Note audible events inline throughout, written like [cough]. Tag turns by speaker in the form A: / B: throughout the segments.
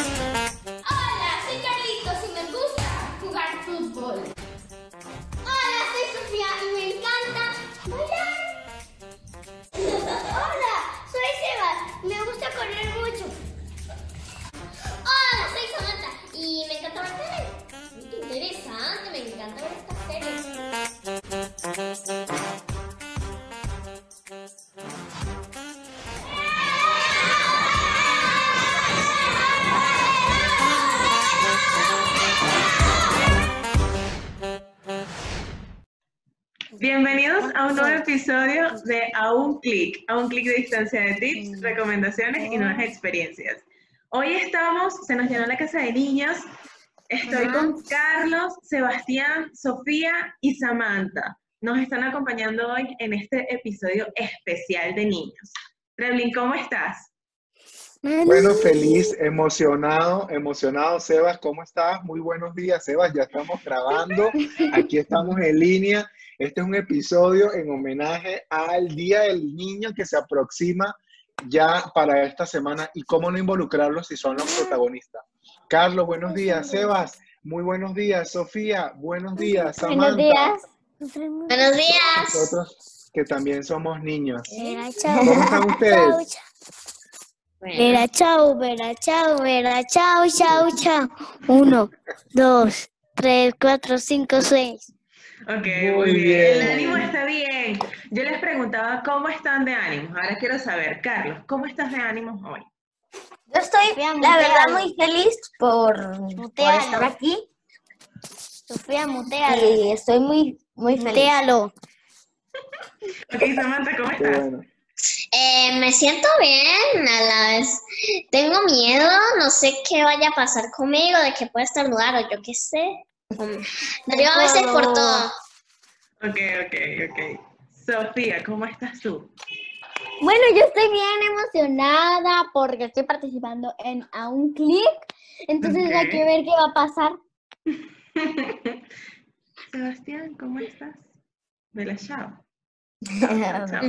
A: Hola, soy Carlitos y me gusta jugar fútbol. Hola, soy Sofía y me encanta bailar. [laughs] Hola, soy Sebas, me gusta correr mucho. Hola, soy Samantha y me encanta ver tele. Qué interesante, me encanta ver estas series.
B: Bienvenidos a un nuevo episodio de A un clic, a un clic de distancia de tips, recomendaciones y nuevas experiencias. Hoy estamos, se nos llenó la casa de niños. Estoy con Carlos, Sebastián, Sofía y Samantha. Nos están acompañando hoy en este episodio especial de niños. Treblin, ¿cómo estás?
C: Bueno, feliz, emocionado, emocionado. Sebas, ¿cómo estás? Muy buenos días, Sebas. Ya estamos grabando. Aquí estamos en línea. Este es un episodio en homenaje al Día del Niño que se aproxima ya para esta semana y cómo no involucrarlos si son los protagonistas. Carlos, buenos días. Sebas, muy buenos días. Sofía, buenos días. Samantha,
D: Buenos días.
A: Buenos días.
C: Nosotros que también somos niños.
D: Verá
C: ¿Cómo están ustedes?
D: Verá chau, verá chau, verá chau, chau, chau. Uno, dos, tres, cuatro, cinco, seis.
B: Ok,
C: Muy
B: muy bien.
C: bien.
B: El ánimo está bien. Yo les preguntaba cómo están de ánimos. Ahora quiero saber, Carlos, ¿cómo estás de ánimos hoy?
E: Yo estoy, la verdad, muy feliz por, por
D: Mutealo.
E: estar aquí.
D: Sofía, mutealo.
E: Y estoy muy, muy feliz.
D: Mutealo.
B: Ok, Samantha, ¿cómo
C: Qué
B: estás?
C: bueno.
A: Eh, me siento bien, a la vez tengo miedo, no sé qué vaya a pasar conmigo, de que pueda estornudar o yo qué sé.
F: [laughs]
A: Me río a veces por todo.
B: Ok, ok, ok. Sofía, ¿cómo estás tú?
F: Bueno, yo estoy bien emocionada porque estoy participando en A un clic. Entonces hay que
B: Ok.
F: ver qué va a pasar.
B: [laughs] Sebastián, ¿cómo estás? De la [laughs] chao. Chao.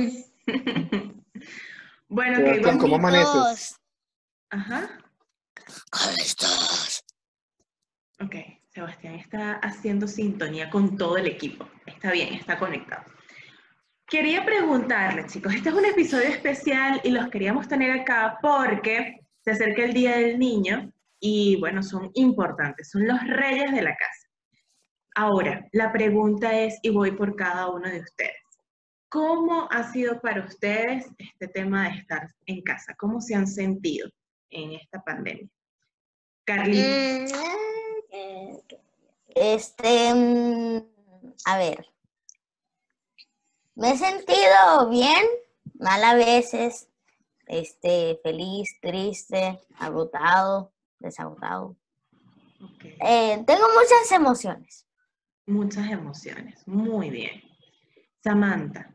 B: bueno, ok,
C: Sebastián,
B: vamos.
C: ¿cómo amaneces?
D: Dos.
B: Ajá. Ok, Sebastián está haciendo sintonía con todo el equipo. Está bien, está conectado. Quería preguntarles, chicos, este es un episodio especial y los queríamos tener acá porque se acerca el Día del Niño y bueno, son importantes, son los reyes de la casa. Ahora, la pregunta es, y voy por cada uno de ustedes, ¿cómo ha sido para ustedes este tema de estar en casa? ¿Cómo se han sentido en esta pandemia? Carlitos.
A: Eh,
E: Mm, Este, mm, a ver. Me he sentido bien, mal a veces, este, feliz, triste, agotado, desagotado.
B: Ok.
E: Eh, tengo muchas emociones.
B: Muchas emociones. Muy bien. Samantha.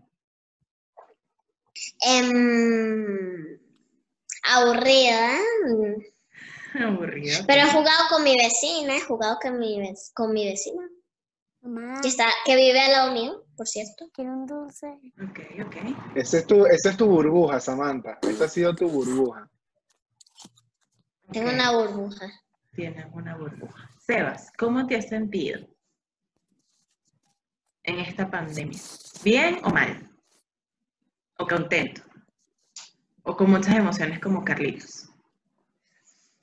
B: [laughs]
A: Em, aburrida,
B: Aburrido.
A: pero he jugado con mi vecina, he jugado con mi, vec- con mi vecina,
D: Mamá,
A: que, está, que vive al lado mío, por cierto.
D: quiero un dulce.
B: Ok, ok.
C: Esa es tu, esa es tu burbuja, Samantha. Esa ha sido tu burbuja.
A: Tengo
B: Ok,
A: una burbuja.
B: Tienes una burbuja. Sebas, ¿cómo te has sentido en esta pandemia? ¿Bien o mal? ¿O contento? ¿O con muchas emociones como Carlitos? [laughs]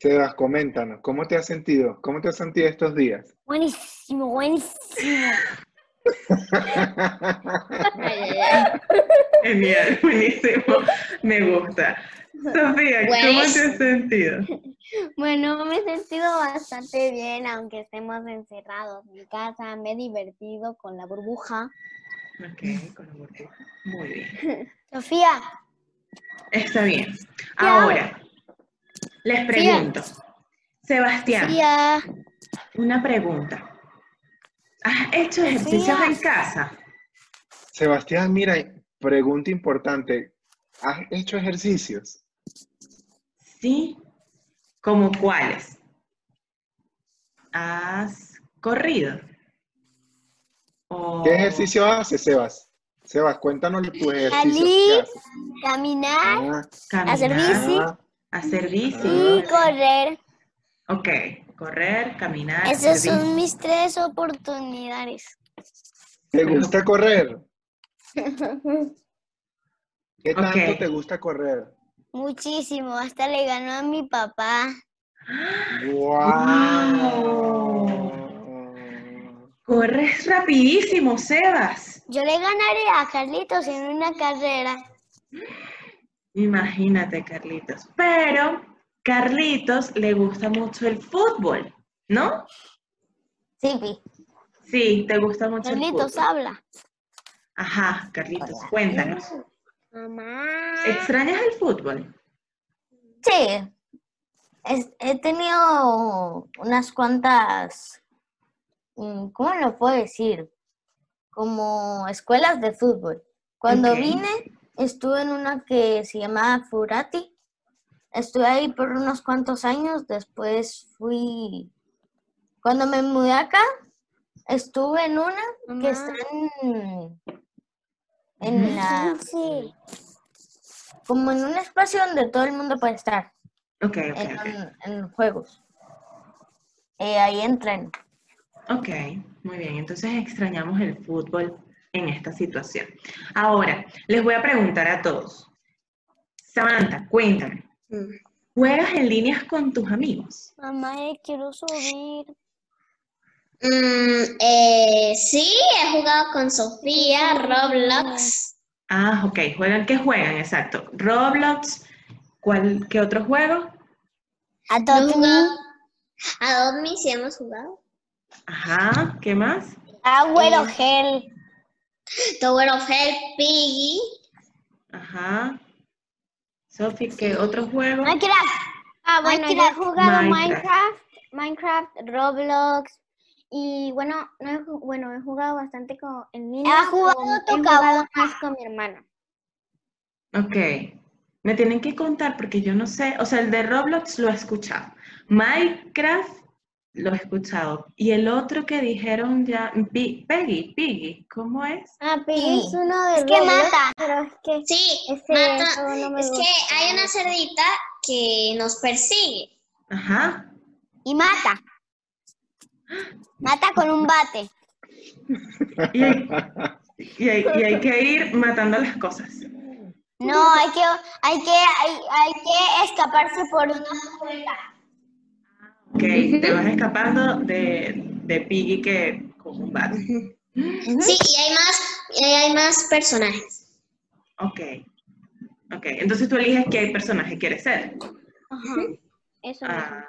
C: Sebas, coméntanos, ¿cómo te has sentido? ¿Cómo te has sentido estos días? [laughs]
D: Buenísimo, buenísimo.
A: Ay, ay, ay.
B: Genial, buenísimo. Me gusta. Sofía, ¿cómo te has
A: Buenísimo. [laughs]
B: sentido?
F: Bueno, me he sentido bastante bien, aunque estemos encerrados en mi casa. Me he divertido con la burbuja.
B: Ok, con la burbuja. Muy bien.
F: Sofía,
B: Está bien.
F: Ya.
B: Ahora, les pregunto. Sebastián,
D: Sofía.
B: una pregunta. ¿Has hecho ejercicios en casa?
C: Sebastián, mira, pregunta importante. ¿Has hecho ejercicios?
B: Sí. ¿Cómo cuáles? ¿Has corrido?
C: ¿Qué ejercicio haces, Sebas? Sebas, cuéntanos tu ejercicio. ¿Qué
D: Salir,
C: haces?
D: caminar
C: Ah,
B: Caminar,
D: Hacer bici.
C: ah,
B: Hacer bici.
D: y correr.
B: Ok, correr, caminar.
D: Esas
B: hacer bici.
D: son mis tres oportunidades.
C: ¿Te gusta correr? ¿Qué tanto
B: Ok.
C: te gusta correr?
D: Muchísimo, hasta le ganó a mi papá.
C: ¡Wow!
B: Corres rapidísimo, Sebas.
D: Yo le ganaré a Carlitos en una carrera.
B: Imagínate, Carlitos. Pero Carlitos le gusta mucho el fútbol, ¿no?
E: Sí, Pi.
B: Sí, te gusta mucho el
D: Carlitos,
B: fútbol.
D: habla.
B: Ajá, Carlitos, cuéntanos.
A: Mamá.
B: ¿Extrañas el fútbol?
E: Sí. Es- he tenido unas cuantas, mm, ¿cómo lo puedo decir? Como escuelas de fútbol. Cuando
B: Ok.
E: vine, estuve en una que se llamaba Furati. Estuve ahí por unos cuantos años, después fui... Cuando me mudé acá, estuve en una
A: Ah.
E: que está en, en la...
D: Sí.
E: como en un espacio donde todo el mundo puede estar.
B: Ok, ok,
E: eh,
B: ok.
E: en, en juegos. Eh, ahí entran.
B: Ok, muy bien. Entonces extrañamos el fútbol en esta situación. Ahora, les voy a preguntar a todos. Samantha, cuéntame.
A: Mm.
B: ¿Juegas en líneas con tus amigos?
D: Mamá, eh, quiero subir.
A: Mm, eh, sí, he jugado con Sofía, Roblox.
B: Ah, ok. ¿Juegan qué juegan? Exacto. Roblox. ¿Cuál, ¿Qué otro juego?
A: No he jugado- Adopt Me sí hemos jugado.
B: Ajá, ¿qué más?
A: Agüero
D: Eh, gel.
A: Tower of Hell, Piggy.
B: Ajá. Sofi, ¿qué otro juego?
D: Minecraft.
F: Ah, bueno, yo he
D: Minecraft.
F: jugado
B: Minecraft.
F: Minecraft, Minecraft, Roblox y bueno, no he, ju- bueno, he jugado bastante con en línea.
D: ¿Has jugado
F: con- he
D: Toca
F: jugado más con mi hermana.
B: Ok. Me tienen que contar porque yo no sé. O sea, el de Roblox lo he escuchado. Minecraft lo he escuchado. Y el otro que dijeron ya, Pi- Peggy, Piggy, ¿cómo es?
F: Ah, pero
E: Sí.
F: es uno de
D: Es que
F: Roblox,
D: mata.
F: pero es que
A: Sí,
D: Este,
F: ese
A: mata.
F: Este juego no me
A: Es que
F: gusta.
A: hay una cerdita que nos persigue.
B: Ajá.
D: Y mata. Mata con un bate.
B: Y hay, y hay- y hay que ir matando las cosas.
D: No, hay que, hay que, hay, hay que escaparse por una puerta.
B: Ok, te vas escapando de, de Piggy que con un bate.
A: Sí, y hay más, y hay más personajes.
B: Ok. Ok, entonces tú eliges qué personaje quieres ser.
F: Eso no.
B: Ah,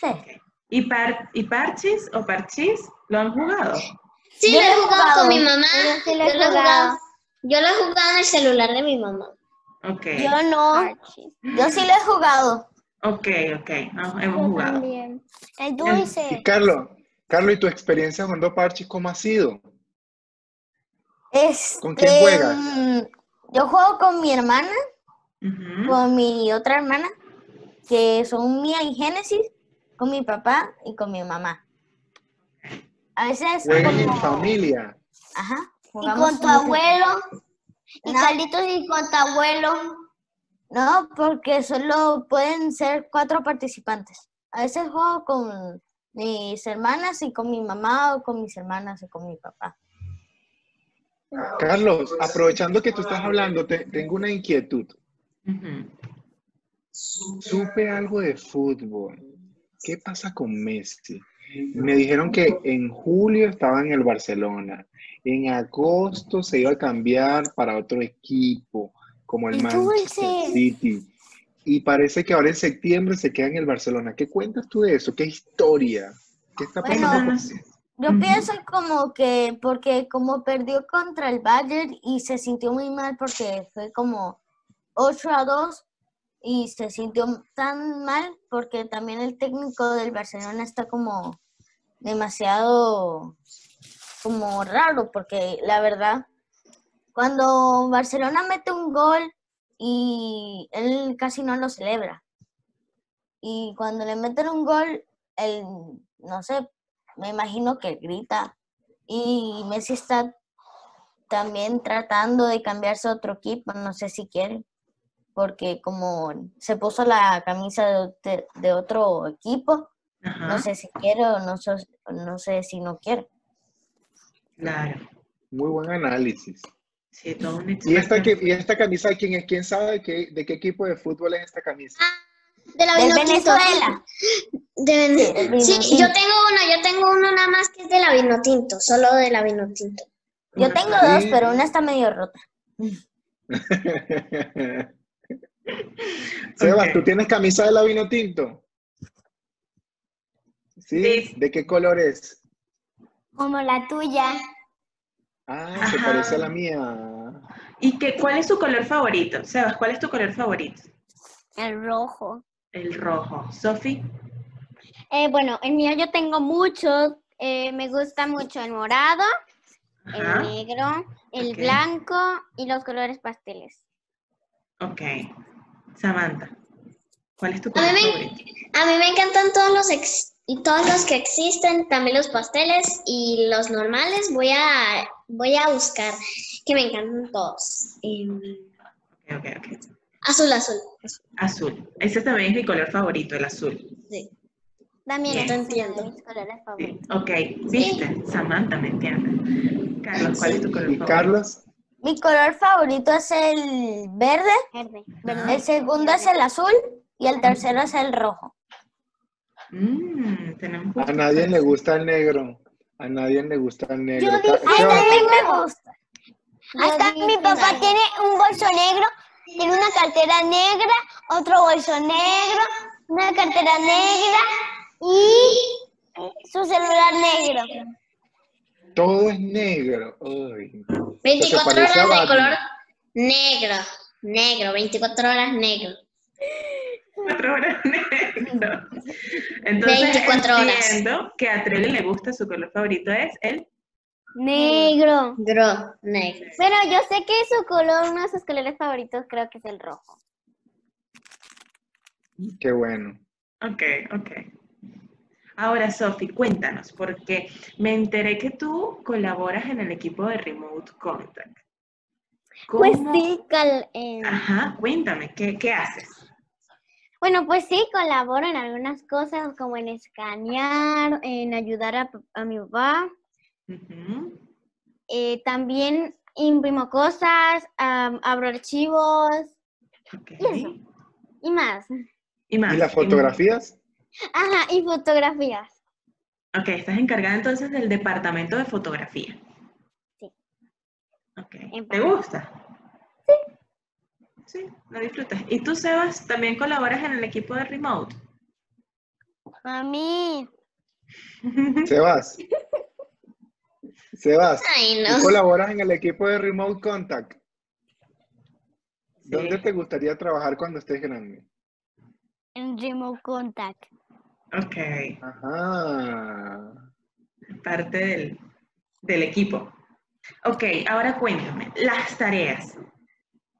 E: Sí.
B: ok. ¿Y, par- ¿Y Parchis o Parchis lo han jugado?
A: Sí,
D: Yo
A: yo lo he jugado con mi mamá.
F: Yo sí
A: Yo lo he jugado.
F: jugado.
A: Yo lo he jugado en el celular de mi mamá.
B: Ok,
E: Yo
F: Ah,
E: no. Yo sí lo he jugado.
B: ok, ok. Ah, hemos
F: Yo
B: jugado.
F: también.
D: El
C: Y
D: dulce.
C: Carlos, Carlos, ¿y tu experiencia jugando parches cómo ha sido?
E: Este,
C: ¿Con quién juegas?
E: mm, Yo juego con mi hermana,
B: Ujú.
E: con mi otra hermana, que son Mía y Génesis, con mi papá y con mi mamá. A veces
C: ¿Juegan en
E: como-
C: familia?
E: Ajá,
D: Y
E: jugamos
D: con tu
E: mucho.
D: abuelo. Y
E: No.
D: Carlitos y con tu abuelo.
E: No, porque solo pueden ser cuatro participantes. A veces juego con mis hermanas y con mi mamá o con mis hermanas o con mi papá.
C: Carlos, aprovechando que tú estás hablando, te- tengo una inquietud.
B: Ujú.
C: Supe algo de fútbol. ¿Qué pasa con Messi? Me dijeron que en julio estaba en el Barcelona, en agosto se iba a cambiar para otro equipo, como el
D: Y
C: Manchester
D: dulce.
C: City, y parece que ahora en septiembre se queda en el Barcelona. ¿Qué cuentas tú de eso? ¿Qué historia? ¿Qué está
E: Bueno,
C: pasando con
B: Cuéntanos.
C: Messi?
E: Yo
B: Ujú.
E: pienso como que, porque como perdió contra el Bayern y se sintió muy mal porque fue como 8 a 2 y se sintió tan mal porque también el técnico del Barcelona está como demasiado como raro porque la verdad cuando Barcelona mete un gol y él casi no lo celebra. Y cuando le meten un gol, él, no sé, me imagino que grita. Y Messi está también tratando de cambiarse a otro equipo, no sé si quiere, porque como se puso la camisa de, de- de otro equipo,
B: Ajá,
E: no sé si quiere o no, so- no sé si no quiere.
B: Claro.
C: Muy buen análisis.
B: Sí, todo un
C: ¿Y esta,
B: experto.
C: que- y esta camisa quién es? ¿Quién sabe de qué, de qué equipo de fútbol es esta camisa?
A: De la
E: Del
A: Vinotinto.
E: Venezuela.
A: De Ven-
E: del
A: Sí,
E: Vinotinto.
A: yo tengo uno, yo tengo uno nada más que es de la Vinotinto, solo de la Vinotinto.
E: Yo
B: Una
E: tengo
B: sola.
E: dos, pero una está medio rota.
D: Ah.
C: [laughs] Sebas,
B: Ok.
C: ¿tú tienes camisa de la vino tinto? ¿Sí?
B: Sí.
C: ¿De qué color es?
D: Como la tuya.
C: Ah, se
B: Ajá.
C: parece a la mía.
B: ¿Y qué, cuál es tu color favorito? Sebas, ¿cuál es tu color favorito?
F: El rojo.
B: El rojo. Sofi,
F: Eh, bueno, el mío yo tengo muchos. eh, me gusta mucho el morado,
B: ajá,
F: el negro, el
B: Ok.
F: blanco y los colores pasteles.
B: ok. Samantha, ¿cuál es tu
A: A mí
B: color
A: me-
B: favorito?
A: A mí me encantan todos los ex- y todos los que existen, también los pasteles y los normales. Voy a voy a buscar que me encantan todos. Em,
B: Ok, ok, ok.
A: azul, azul. azul.
B: Azul. Ese también es mi color favorito, el azul.
F: También
B: Bien.
F: es uno
A: Entiendo.
F: de mis colores favoritos.
B: Sí, Ok, viste, Samantha me entiende. Carlos, ¿cuál es tu color
C: ¿Y
B: favorito?
C: Carlos?
E: Mi color favorito es el verde,
F: Verde.
B: Ah,
E: el segundo es el azul y el tercero es el rojo.
B: mm, tenemos
C: A
B: justo-
C: nadie le gusta el negro. A nadie le gusta el negro.
D: Yo
C: Ca-
D: dije- Ay,
C: Sebas,
D: también me
E: gusta.
D: Acá mi papá tiene un bolso negro, tiene una cartera negra, otro bolso negro, una cartera negra y su celular negro.
C: todo es negro. Ay.
A: 24
C: parece
A: horas
C: a
A: de
C: Batman.
A: color negro, negro, 24 horas negro.
B: Cuatro horas
A: [laughs]
B: negro. Entonces,
A: 24 horas.
B: entiendo que a Trele le gusta su color favorito es el
F: Negro.
A: Gro, negro.
F: Bueno, yo sé que su color, uno de sus colores favoritos creo que es el rojo.
C: Qué bueno.
B: Ok, ok. Ahora, Sofi, cuéntanos, porque me enteré que tú colaboras en el equipo de Remote Contact.
F: Pues
B: ¿Cómo- Ah.
F: sí, col- eh,
B: Ajá, cuéntame, ¿qué, qué haces?
F: bueno, pues sí, colaboro en algunas cosas como en escanear, en ayudar a, p- a mi papá.
B: Ujú,
F: Eh, también imprimo cosas, am, abro archivos
B: ok.
F: Y eso. y más.
B: Y más.
C: ¿Y las fotografías?
F: Ajá, y fotografías.
B: Ok, estás encargada entonces del departamento de fotografía.
F: Sí.
B: Ok.
F: En
B: ¿Te
F: parte.
B: gusta? Sí. Sí, lo disfrutas. ¿Y tú, Sebas, también colaboras en el equipo de Remote?
F: Mami,
C: Sebas. Sebas,
A: Ay,
C: ¿tú
A: no.
C: colaboras en el equipo de Remote Contact?
B: [laughs] Sí.
C: ¿Dónde te gustaría trabajar cuando estés grande?
F: en Remote Contact.
B: Ok.
C: Ajá.
B: parte del, del equipo. Ok, ahora cuéntame, las tareas.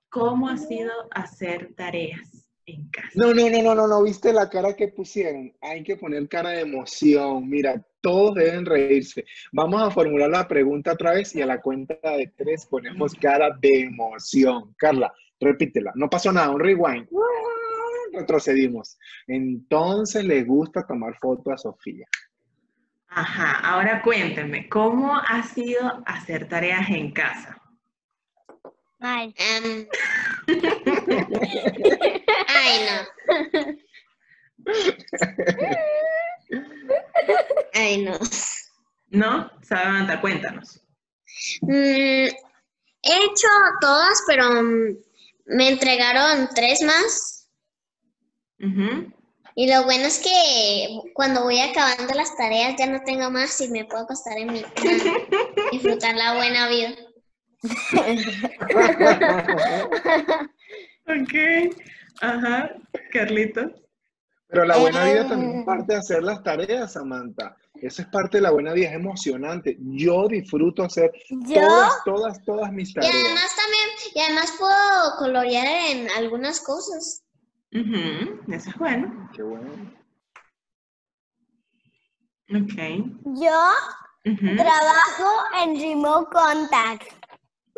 B: ¿Cómo ha sido hacer tareas en casa?
C: No, no, no, no, no, no, viste la cara que pusieron. Hay que poner cara de emoción. Mira, todos deben reírse. Vamos a formular la pregunta otra vez y a la cuenta de tres ponemos cara de emoción. Carla, repítela. No pasó nada, un rewind. Retrocedimos. Entonces le gusta tomar foto a Sofía.
B: Ajá, ahora cuéntame, ¿cómo ha sido hacer tareas en casa?
F: Mal.
A: Am. Ay, no. Ay, no.
B: ¿No? Samantha, cuéntanos.
A: Mm, he hecho todas, pero mm, me entregaron tres más.
B: Ujú.
A: Y lo bueno es que cuando voy acabando las tareas ya no tengo más y me puedo acostar en mi cama, disfrutar la buena
B: [laughs]
A: vida.
B: Ok, ajá, Carlito.
C: Pero la buena vida
A: Em.
E: Eh,
C: también es parte de hacer las tareas, Samantha. Eso es parte de la buena vida, es emocionante. Yo disfruto hacer todas, todas, todas mis
A: Y
C: tareas.
A: además también, y además puedo colorear en algunas cosas.
B: Ujú, Eso es bueno.
C: Qué bueno.
B: Ok.
D: Yo
B: ujú.
D: trabajo en Remote Contact.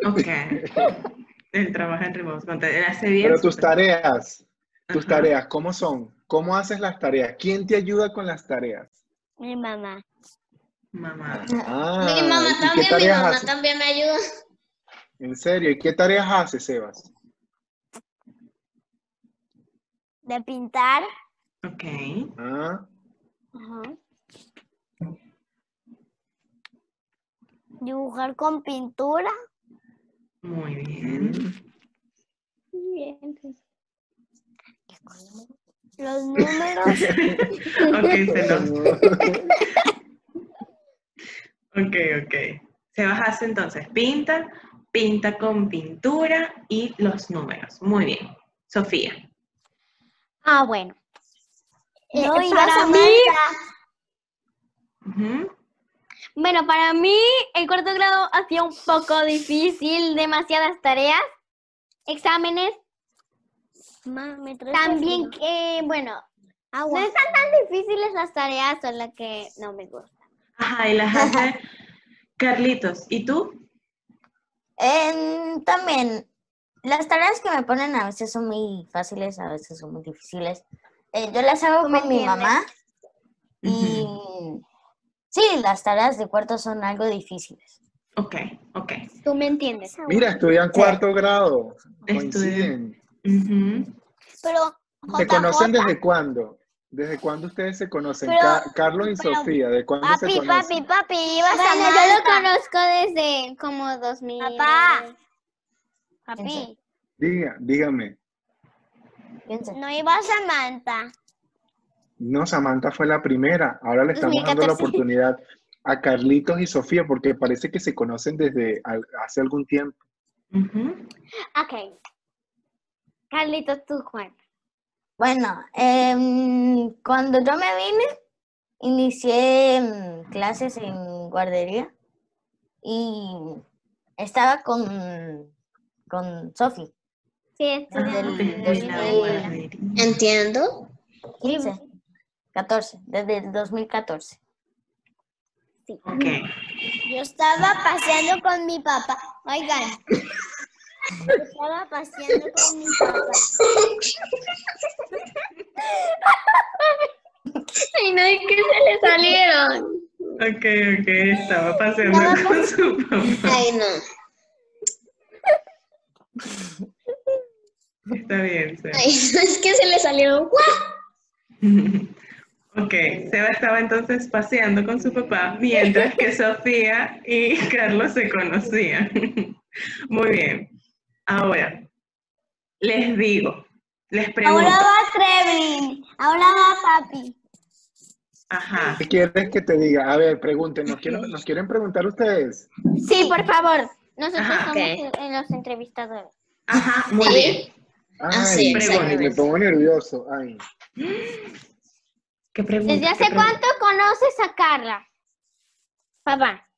B: Ok. Él trabaja en remoto. Contra- Él hace bien.
C: Pero
B: su-
C: tus tareas, tus
B: Ajá.
C: tareas, ¿cómo son? ¿Cómo haces las tareas? ¿Quién te ayuda con las tareas?
F: Mi mamá.
B: Mamá.
C: Ah,
A: Mi mamá
C: ¿y qué
A: también, mi
C: tareas
A: mamá
C: haces?
A: también me ayuda.
C: En serio, ¿y qué tareas haces, Sebas?
D: De pintar.
B: Ok.
C: Ah,
D: Ajá. Dibujar con pintura.
B: Muy bien.
D: pues. Los números.
B: [laughs] ok, se los. Ok, ok. Se baja hace entonces pinta, pinta con pintura y los números. Muy bien. Sofía.
F: Ah, bueno. Eh,
D: No, y
F: para
D: para
F: mí,
B: Ujú.
F: bueno, para mí el cuarto grado hacía un poco difícil, demasiadas tareas, exámenes, también que, bueno, no están tan difíciles las tareas, son las que no me gustan.
B: Ajá, y las
F: [laughs]
B: hace Carlitos. ¿Y tú?
E: Em, también, las tareas que me ponen a veces son muy fáciles, a veces son muy difíciles. Eh, yo las
F: Tú
E: hago con
F: me
E: mi
F: entiendes.
E: mamá y
B: Ujú.
E: sí, las tareas de cuarto son algo difíciles.
B: Ok, ok.
F: Tú me entiendes.
C: [laughs] mira, estudian cuarto grado. Coinciden.
B: Ujú.
D: Pero.
C: ¿Se
D: JJ,
C: conocen desde cuándo? ¿Desde cuándo ustedes se conocen?
D: Pero-
C: Ca- Carlos y
D: pero-
C: Sofía, ¿de cuándo se
D: Papi, papi,
C: conocen?
D: papi, ibas a
F: Bueno, yo lo
D: Malta.
F: conozco desde como 2000.
D: Papá.
E: Piensa,
D: Papi,
C: Diga, dígame.
E: piensa.
D: no ibas a Manta.
C: No, Samantha fue la primera. Ahora le estamos dando la
F: 2014.
C: oportunidad a Carlitos y Sofía porque parece que se conocen desde al- hace algún tiempo.
B: Ujú.
F: Ok. Carlitos, tú, Juan.
E: Bueno, em, cuando yo me vine, inicié em, clases en guardería y estaba con, con Sofi.
F: Sí, estoy
B: Ah,
E: Desde el-
B: desde la
E: desde-
B: guardería.
A: Entiendo.
E: 15, 14, desde el 2014.
B: Ok.
D: Yo estaba paseando con mi papá. Oigan. Yo estaba paseando con mi papá.
A: Ay, no, es que se le salieron.
B: Ok, ok. Estaba paseando
D: Nada
B: con su papá.
A: Ay, no.
B: Está bien, Seba.
A: Ay, [laughs] no, es que se le salieron. ¡Guau!
F: [laughs]
B: Ok, Seba estaba entonces paseando con su papá mientras que Sofía y [laughs] Carlos se conocían. [laughs] Muy bien. Ahora, les digo, les pregunto.
D: Ahora va Kremlin. Ahora va papi.
B: Ajá.
C: ¿Qué quieres que te diga? A ver, pregúntenos. ¿quién- ¿Nos quieren preguntar ustedes?
F: Sí, por favor. Nosotros
B: Ajá,
A: ok.
F: somos eh, los entrevistadores.
B: Ajá, muy bien.
C: Ay,
A: sí,
C: me
B: exactamente.
C: pongo nervioso. Ay.
B: ¿Qué pregunta?
F: ¿Desde
B: Mm, qué
F: hace
B: pregunta?
F: cuánto conoces a Carla? Papá.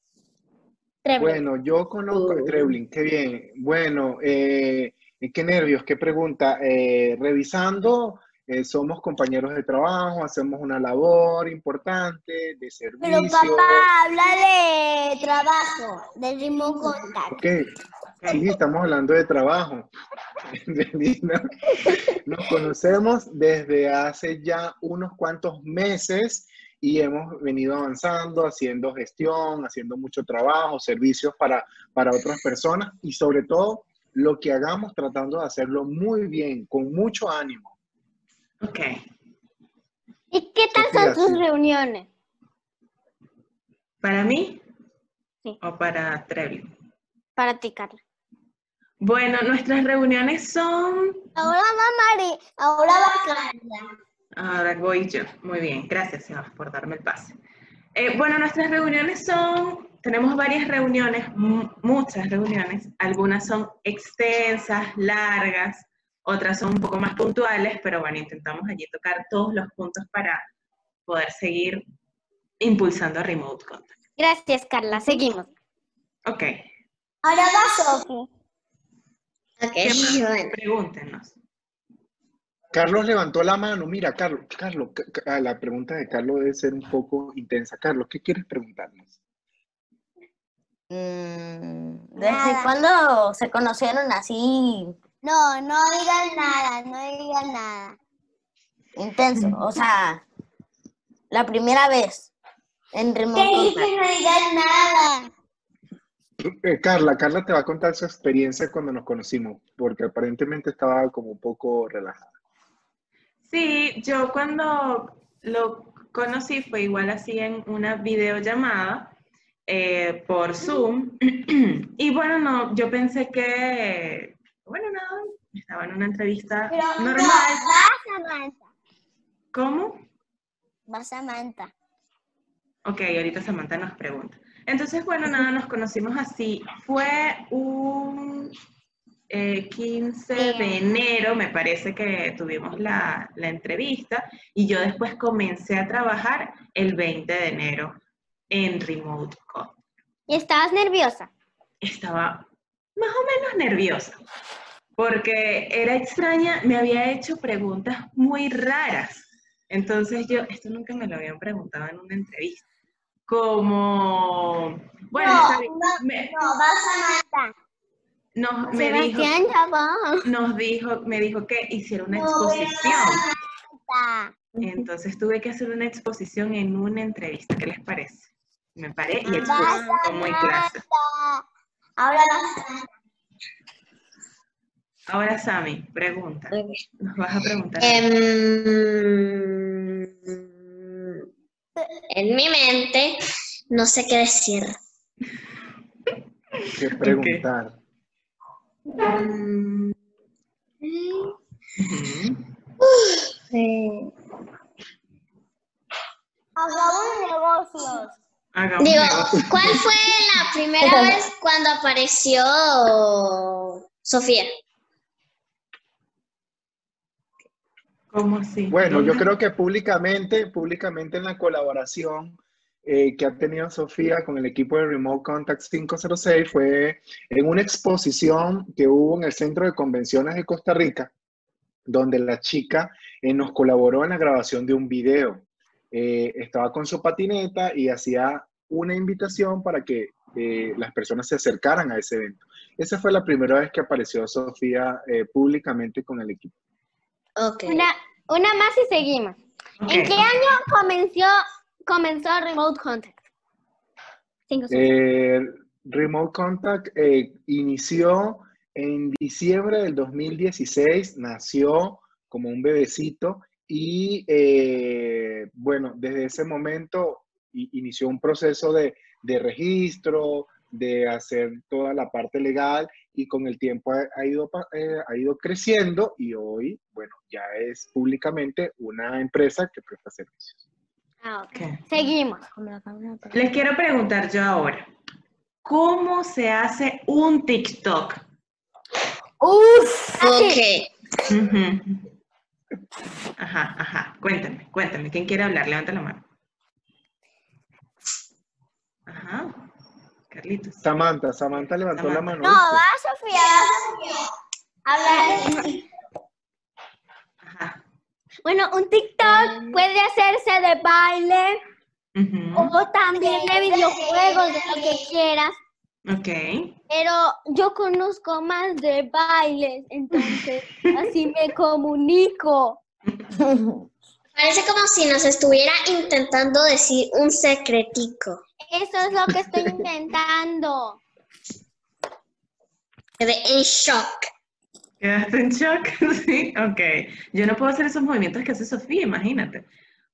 F: Treble.
C: Bueno, yo conozco a Trebling, qué bien. Bueno, eh, qué nervios, qué pregunta. Eh, revisando, eh, somos compañeros de trabajo, hacemos una labor importante de
D: Pero
C: servicio.
D: papá, habla de trabajo, de ritmo contact.
C: Ok, sí, estamos hablando de trabajo. [laughs] Entendida. Nos conocemos desde hace ya unos cuantos meses y hemos venido avanzando, haciendo gestión, haciendo mucho trabajo, servicios para, para otras personas y sobre todo lo que hagamos tratando de hacerlo muy bien, con mucho ánimo.
B: Ok.
F: ¿Y qué tal
C: Sofía,
F: son tus
C: sí.
F: reuniones?
B: ¿Para mí?
F: Sí.
B: ¿O para Trebling?
F: Para ti, Carla.
B: Bueno, nuestras reuniones son
D: Ahora va Mari, ahora va Carla.
B: Ahora voy yo. Muy bien, gracias Sebas por darme el pase. Eh, bueno, nuestras reuniones son, tenemos varias reuniones, mu- muchas reuniones, algunas son extensas, largas, otras son un poco más puntuales, pero bueno, intentamos allí tocar todos los puntos para poder seguir impulsando Remote Contact.
F: Gracias, Carla. Seguimos.
B: Ok,
D: Ahora va Sofi. [laughs]
A: Ok,
B: ¿qué más?
A: bueno.
B: Pregúntenos.
C: Carlos levantó la mano. Mira, Carlos, Carlos, ca- ca- la pregunta de Carlos debe ser un poco intensa. Carlos, ¿qué quieres preguntarnos?
E: Mm,
D: Nada.
E: ¿Desde cuándo se conocieron así
D: No, no digan nada, no digan nada.
E: intenso? O sea, la primera vez en remoto.
D: no digan nada.
C: Eh, Carla, Carla te va a contar su experiencia cuando nos conocimos, porque aparentemente estaba como un poco relajada.
B: Sí, yo cuando lo conocí fue igual así en una videollamada eh, por Zoom. [clears throat] Y bueno, no, yo pensé que, bueno, nada, estaba en una entrevista
D: Pero no,
B: normal.
D: vas a Manta.
B: ¿Cómo?
D: Vas a Manta.
B: Ok, ahorita Samantha nos pregunta. Entonces, bueno, nada, nos conocimos así. Fue un eh, 15 de enero, me parece que tuvimos la, la entrevista, y yo después comencé a trabajar el 20 de enero en Remote Co.
F: ¿Y estabas nerviosa?
B: Estaba más o menos nerviosa, porque era extraña, me había hecho preguntas muy raras. Entonces yo, esto nunca me lo habían preguntado en una entrevista. Como, bueno,
D: No,
B: está bien, me-
D: No, vas a Manta.
B: nos, me dijo,
F: Sebastián Chabón.
B: nos dijo, me dijo que hiciera una
D: No,
B: exposición.
D: Manta.
B: Entonces tuve que hacer una exposición en una entrevista. ¿Qué les parece? Me paré y
D: Vas
B: expuse
D: a
B: como en clase.
D: Manta. Ahora vas a Manta.
B: Ahora, Sami, pregunta. Nos vas a preguntar.
D: Eh,
A: Em, en mi mente, no sé qué decir.
C: ¿Qué preguntar?
A: Mm,
B: Ujú.
A: eh,
D: Hagamos negocios.
B: Hagamos
A: Digo,
B: negocio.
A: ¿cuál fue la primera vez cuando apareció Sofía?
B: ¿Cómo así?
C: Bueno, yo
B: ¿Dónde?
C: creo que públicamente, públicamente en la colaboración eh, que ha tenido Sofía con el equipo de Remote Contact 506 fue en una exposición que hubo en el Centro de Convenciones de Costa Rica, donde la chica eh, nos colaboró en la grabación de un video. Eh, estaba con su patineta y hacía una invitación para que eh, las personas se acercaran a ese evento. Esa fue la primera vez que apareció Sofía eh, públicamente con el equipo.
A: Ok.
F: Una, una más y seguimos.
B: Ok.
F: ¿En qué año comenzó, comenzó Remote Contact? Cinco, seis.
C: Eh, Remote Contact eh, inició en diciembre del 2016, nació como un bebecito y eh, bueno, desde ese momento i- inició un proceso de, de registro, de hacer toda la parte legal y con el tiempo ha, ha ido, pa- eh, ha ido creciendo y hoy, bueno, ya es públicamente una empresa que presta servicios.
F: Ah, ok.
B: Ok.
F: Seguimos.
B: Les quiero preguntar yo ahora. ¿Cómo se hace un TikTok?
E: Uf,
F: Ah,
A: Ok.
B: Ujú. Ajá, ajá. Cuéntame, cuéntame. ¿Quién quiere hablar? Levanta la mano. Ajá. Carlitos.
C: Samantha, Samantha levantó la
B: Samantha.
C: mano.
D: No,
C: ¿viste?
D: va Sofía, va Sofía. Habla.
B: Ajá.
F: Bueno, un TikTok puede hacerse de baile
B: Ujú.
F: o también de videojuegos, de lo que quieras.
B: Ok.
F: Pero yo conozco más de bailes, entonces así me comunico.
E: [laughs]
A: Parece como si nos estuviera intentando decir un secretico.
F: Eso es lo que estoy intentando.
A: Quedé en shock.
B: ¿Quedaste en shock? [laughs] Sí, ok. Yo no puedo hacer esos movimientos que hace Sofía, imagínate.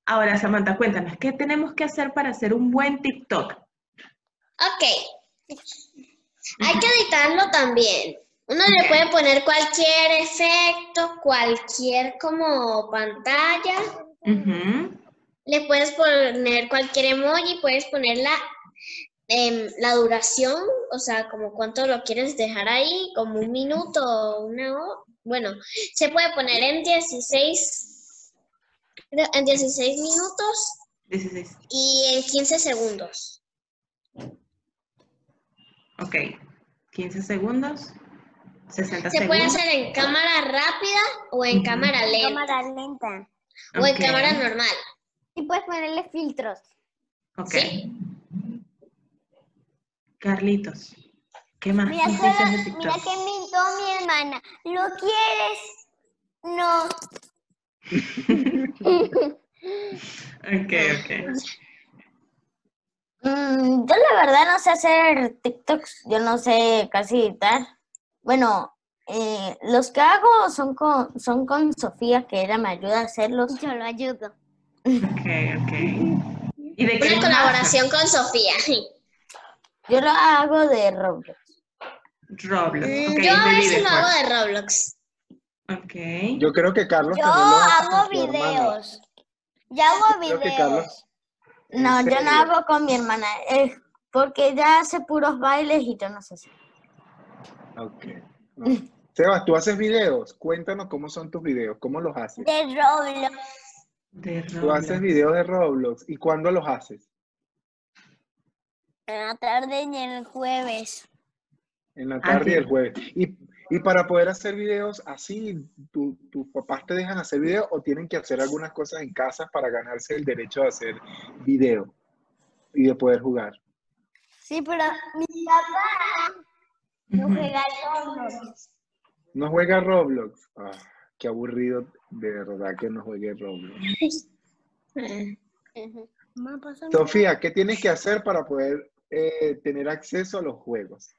B: Ahora, Samantha, cuéntanos, ¿qué tenemos que hacer para hacer un buen TikTok?
A: Ok. Hay que editarlo también. Uno le puede poner cualquier efecto, cualquier como pantalla.
B: Ujú.
A: Le puedes poner cualquier emoji, puedes poner la, em, la duración, o sea, como cuánto lo quieres dejar ahí, como un minuto, una hora. Bueno, se puede poner en 16, creo, en 16 minutos
B: 16.
A: y en 15 segundos.
B: Ok. 15 segundos. 60
A: Se puede
B: segundos.
A: hacer en cámara rápida o en
B: Ujú.
A: cámara lenta
D: Cámara lenta.
A: o en
B: Ok,
A: cámara normal.
F: Y puedes ponerle filtros.
B: Ok.
A: sí.
B: Carlitos, ¿qué más?
D: Mira,
B: noticias
D: solo,
B: de TikTok?
D: mira que me invitó mi hermana. ¿Lo quieres? No.
B: Ok, ok.
E: Mm, yo la verdad no sé hacer TikToks, yo no sé casi editar. Bueno, eh, los que hago son con, son con Sofía, que ella me ayuda a hacerlos.
F: Yo lo ayudo.
B: Ok, ok. ¿Y de qué
A: Una
B: más?
A: colaboración con Sofía. [laughs]
E: Yo lo hago de Roblox.
B: Roblox.
A: Mm,
B: ok,
A: Yo a
B: de
A: veces lo hago
B: videojuegos.
A: de Roblox.
B: Ok.
C: Yo creo que Carlos
D: Yo
C: también lo hace con
D: hago
C: su hermana.
D: videos. Yo hago
C: Creo que
D: videos.
C: Carlos. ¿En
E: No, yo
C: serio?
E: no hago con mi hermana, es porque ella hace puros bailes y yo no sé. hacer.
C: Ok. no. Sebas, ¿tú haces videos? Cuéntanos cómo son tus videos, cómo los haces.
D: De Roblox.
B: De
C: Tú haces
B: Roblox.
C: videos de Roblox y cuándo los haces?
D: En la tarde y el jueves.
C: En la
B: Ah,
C: tarde y el
B: claro.
C: jueves. Y, y para poder hacer videos así, ¿tu- ¿tus papás te dejan hacer videos o tienen que hacer algunas cosas en casa para ganarse el derecho de hacer video y de poder jugar?
D: Sí, pero mi papá no
B: Ujú.
D: juega al Roblox.
C: ¿No juega Roblox? Ah, qué aburrido de verdad que no juegue Roblox. Sofía, ¿qué tienes que hacer para poder eh, tener acceso a los juegos?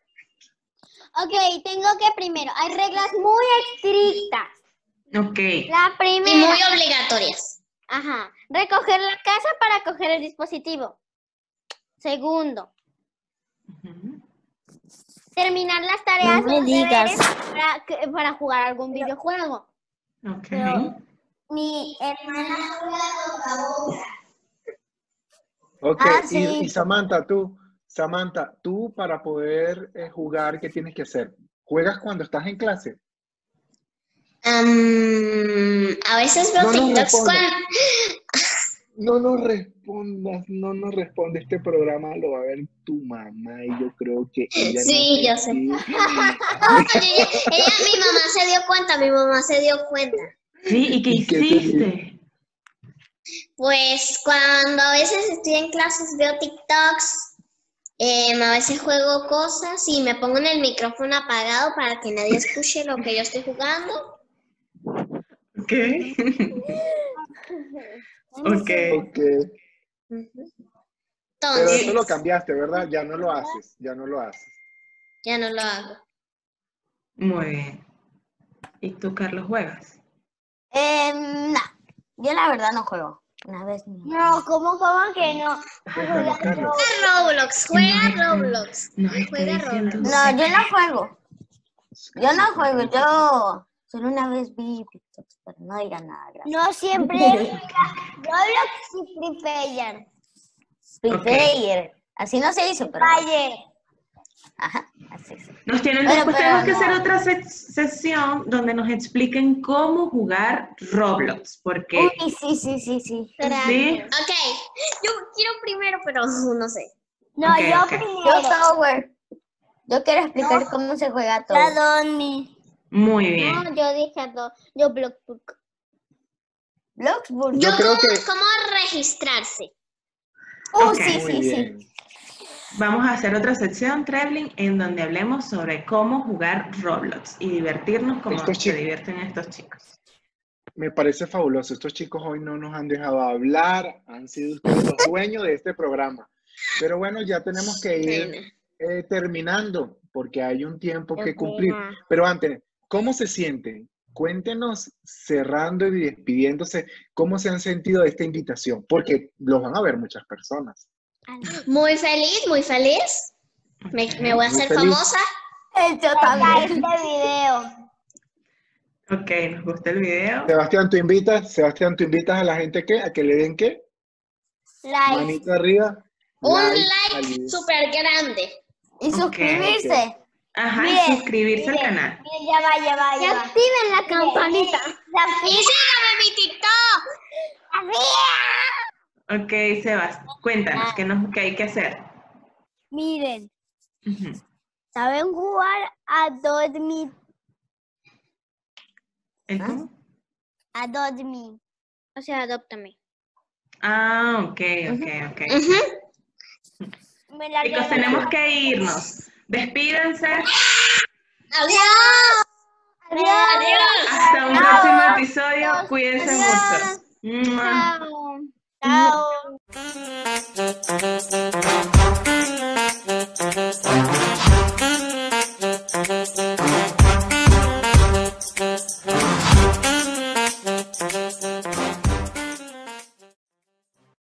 D: Ok, tengo que primero. Hay reglas muy estrictas.
B: Ok,
D: La
A: Y muy
D: primera.
A: obligatorias.
D: Ajá. Recoger la casa para coger el dispositivo. Segundo.
B: Ujú.
D: terminar las tareas
E: No me
D: los deberes
E: digas.
D: para, que- para jugar algún videojuego.
B: ok.
D: Pero- Mi hermana juega
C: Ok,
E: Ah,
C: y-
E: sí.
C: y, Samantha, tú, Samantha, tú para poder eh, jugar, ¿qué tienes que hacer? ¿Juegas cuando estás en clase?
A: Am, a veces veo
C: No, no
A: TikToks [laughs]
C: responde.
A: cuan-
C: No nos respondas, no nos responde. Este programa lo va a ver tu mamá y yo creo que ella no
A: Sí,
C: te
A: yo sé.
C: quiere.
A: No, pero ella- ella- mi mamá se dio cuenta, mi mamá se dio cuenta.
B: Sí, ¿y qué
C: ¿Y qué te digo?
B: hiciste?
A: Pues cuando a veces estoy en clases veo TikToks, em, a veces juego cosas y me pongo en el micrófono apagado para que nadie escuche lo que yo estoy jugando.
B: Ok. ok.
C: Ok, pero
A: Entonces,
C: eso lo cambiaste, ¿verdad? Ya no lo haces, ya no lo haces.
A: ya no lo hago.
B: Muy bien. ¿Y tú, Carlos, juegas?
E: Eh, no, yo la verdad no juego. Una vez ni-
D: No, ¿cómo, cómo que no?
C: Cuéntanos, Carlos.
A: Juega Roblox, juega
B: No, este-
A: Roblox.
B: Nos está
A: Juega
B: diciendo.
A: Roblox.
E: No, yo no juego. Yo no juego, yo solo una vez vi TikToks, pero no digan nada. Gracias.
D: No
B: [laughs]
D: siempre juega Roblox y Free Fire.
E: Free
B: Ok.
E: Fire. Así no se hizo, pero.
D: Fire.
E: Ajá, así es.
B: Nos tienen
E: Pero,
B: después
E: pero
B: tenemos que
E: no.
B: hacer otra se- sesión donde nos expliquen cómo jugar Roblox, porque
E: Uy, sí, sí, sí, sí.
B: sí,
A: Ok, yo quiero primero, pero [laughs] no sé.
D: No,
B: Ok,
D: yo
B: ok.
E: Yo
D: primero.
E: Tower. Yo quiero explicar cómo se juega todo.
D: Donny.
B: muy bien.
D: No, yo dije dos. Yo Blockbook.
E: Bloxburg.
A: Yo,
C: creo
A: cómo,
C: que-
A: cómo registrarse.
E: Uh,
B: Ok.
E: sí,
C: Muy
E: sí, sí.
C: bien.
B: Vamos a hacer otra sección, Traveling, en donde hablemos sobre cómo jugar Roblox y divertirnos como
C: Estos
B: se
C: chi-
B: divierten estos chicos.
C: Me parece fabuloso. Estos chicos hoy no nos han dejado hablar, han sido ustedes los dueños de este programa. Pero bueno, ya tenemos que ir
A: Bueno,
C: eh, terminando porque hay un tiempo
F: Qué
C: que cumplir.
F: pena.
C: Pero antes, ¿cómo se sienten? Cuéntenos, cerrando y despidiéndose, cómo se han sentido de esta invitación, porque los van a ver muchas personas.
A: Muy feliz, muy feliz. Me, me voy a
C: Muy
A: hacer
C: feliz.
A: famosa.
E: Eh, Yo
D: Para este
E: también.
D: video.
B: Ok, nos gusta el video.
C: Sebastián, tú invitas, Sebastián, tú invitas a la gente que, a que le den qué?
D: Like.
C: Manito arriba.
A: Un
C: al video.
A: like súper grande.
E: Y
B: Ok,
E: suscribirse.
B: Ajá, y
D: Bien,
B: suscribirse al
D: bien.
B: canal.
D: Ya va, ya va,
F: Y
D: ya va.
F: activen la
E: [laughs]
F: campanita.
A: Y síganme en mi TikTok.
B: Ok, Sebas, cuéntanos, ¿qué, nos, qué hay que hacer?
D: Miren,
B: Ujú.
D: saben jugar a Dodmi.
B: ¿El cómo?
D: A Dodmi.
F: O sea, adóptame.
B: Ah, ok, ok, ok.
A: Ujú.
D: me la
B: Chicos, tenemos que irnos. Despídense.
A: Adiós. Adiós.
B: Hasta un próximo
D: Ah,
B: episodio. Cuídense mucho. Mua.
D: Chao.